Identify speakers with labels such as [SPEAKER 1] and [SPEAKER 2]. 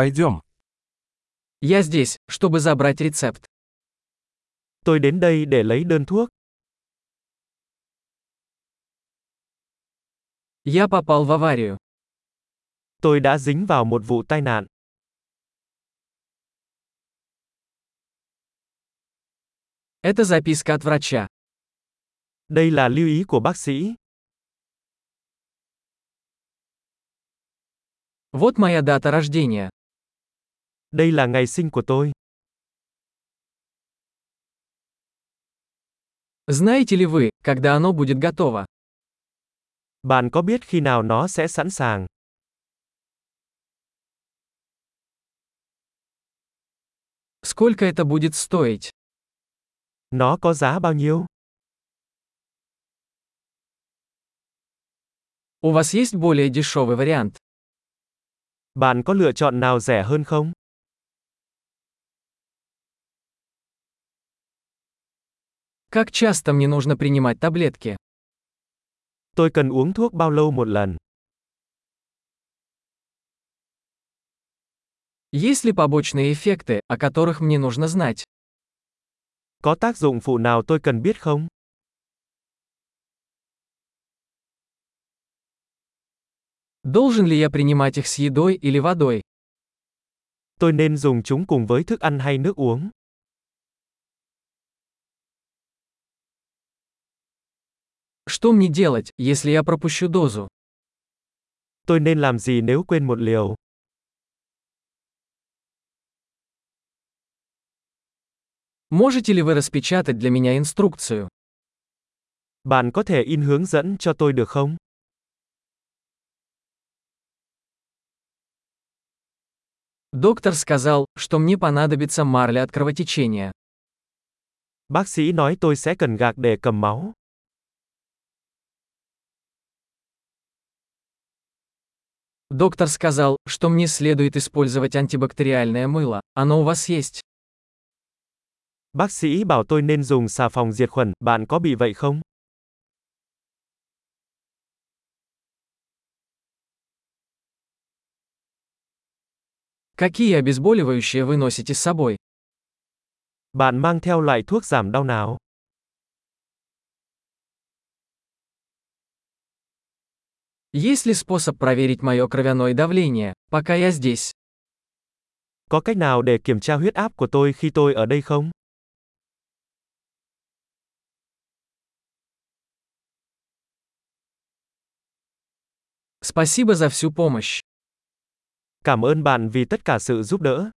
[SPEAKER 1] Пойдем.
[SPEAKER 2] Я здесь, чтобы забрать рецепт.
[SPEAKER 3] Tôi đến đây để lấy đơn thuốc.
[SPEAKER 2] Я попал в аварию.
[SPEAKER 3] Tôi đã dính vào một vụ tai nạn.
[SPEAKER 2] Это записка от врача.
[SPEAKER 3] Đây là lưu ý của bác sĩ.
[SPEAKER 2] Вот моя дата рождения.
[SPEAKER 3] Đây là ngày sinh của tôi.
[SPEAKER 2] Знаете ли вы, когда оно будет готово?
[SPEAKER 3] Bạn có biết khi nào nó sẽ sẵn sàng?
[SPEAKER 2] Сколько это будет стоить?
[SPEAKER 3] Nó có giá bao nhiêu?
[SPEAKER 2] У вас есть более дешевый вариант?
[SPEAKER 3] Bạn có lựa chọn nào rẻ hơn không?
[SPEAKER 2] Как часто мне нужно принимать таблетки?
[SPEAKER 3] Tôi cần uống thuốc bao lâu một lần?
[SPEAKER 2] Есть ли побочные эффекты, о которых мне нужно знать?
[SPEAKER 3] Có tác dụng phụ nào tôi cần biết không?
[SPEAKER 2] Должен ли я принимать их с едой или водой?
[SPEAKER 3] Tôi nên dùng chúng cùng với thức ăn hay nước uống?
[SPEAKER 2] Что мне делать, если я пропущу дозу?
[SPEAKER 3] Tôi nên làm gì nếu quên một liều?
[SPEAKER 2] Можете ли вы распечатать для меня инструкцию?
[SPEAKER 3] Bạn có thể in hướng dẫn cho tôi được không?
[SPEAKER 2] Доктор сказал, что мне понадобится марля от кровотечения.
[SPEAKER 3] Bác sĩ nói tôi sẽ cần gạc để cầm máu.
[SPEAKER 2] Доктор сказал, что мне следует использовать антибактериальное мыло. Оно у вас есть?
[SPEAKER 3] Bác sĩ bảo tôi nên dùng xà phòng diệt khuẩn, bạn có bị vậy không?
[SPEAKER 2] Какие обезболивающие вы носите с собой?
[SPEAKER 3] Bạn mang theo loại thuốc giảm đau nào?
[SPEAKER 2] Есть ли способ проверить мое кровяное давление, пока я здесь?
[SPEAKER 3] Có cách nào để kiểm tra huyết áp của tôi khi tôi ở đây không?
[SPEAKER 2] Спасибо за всю помощь.
[SPEAKER 3] Cảm ơn bạn vì tất cả sự giúp đỡ.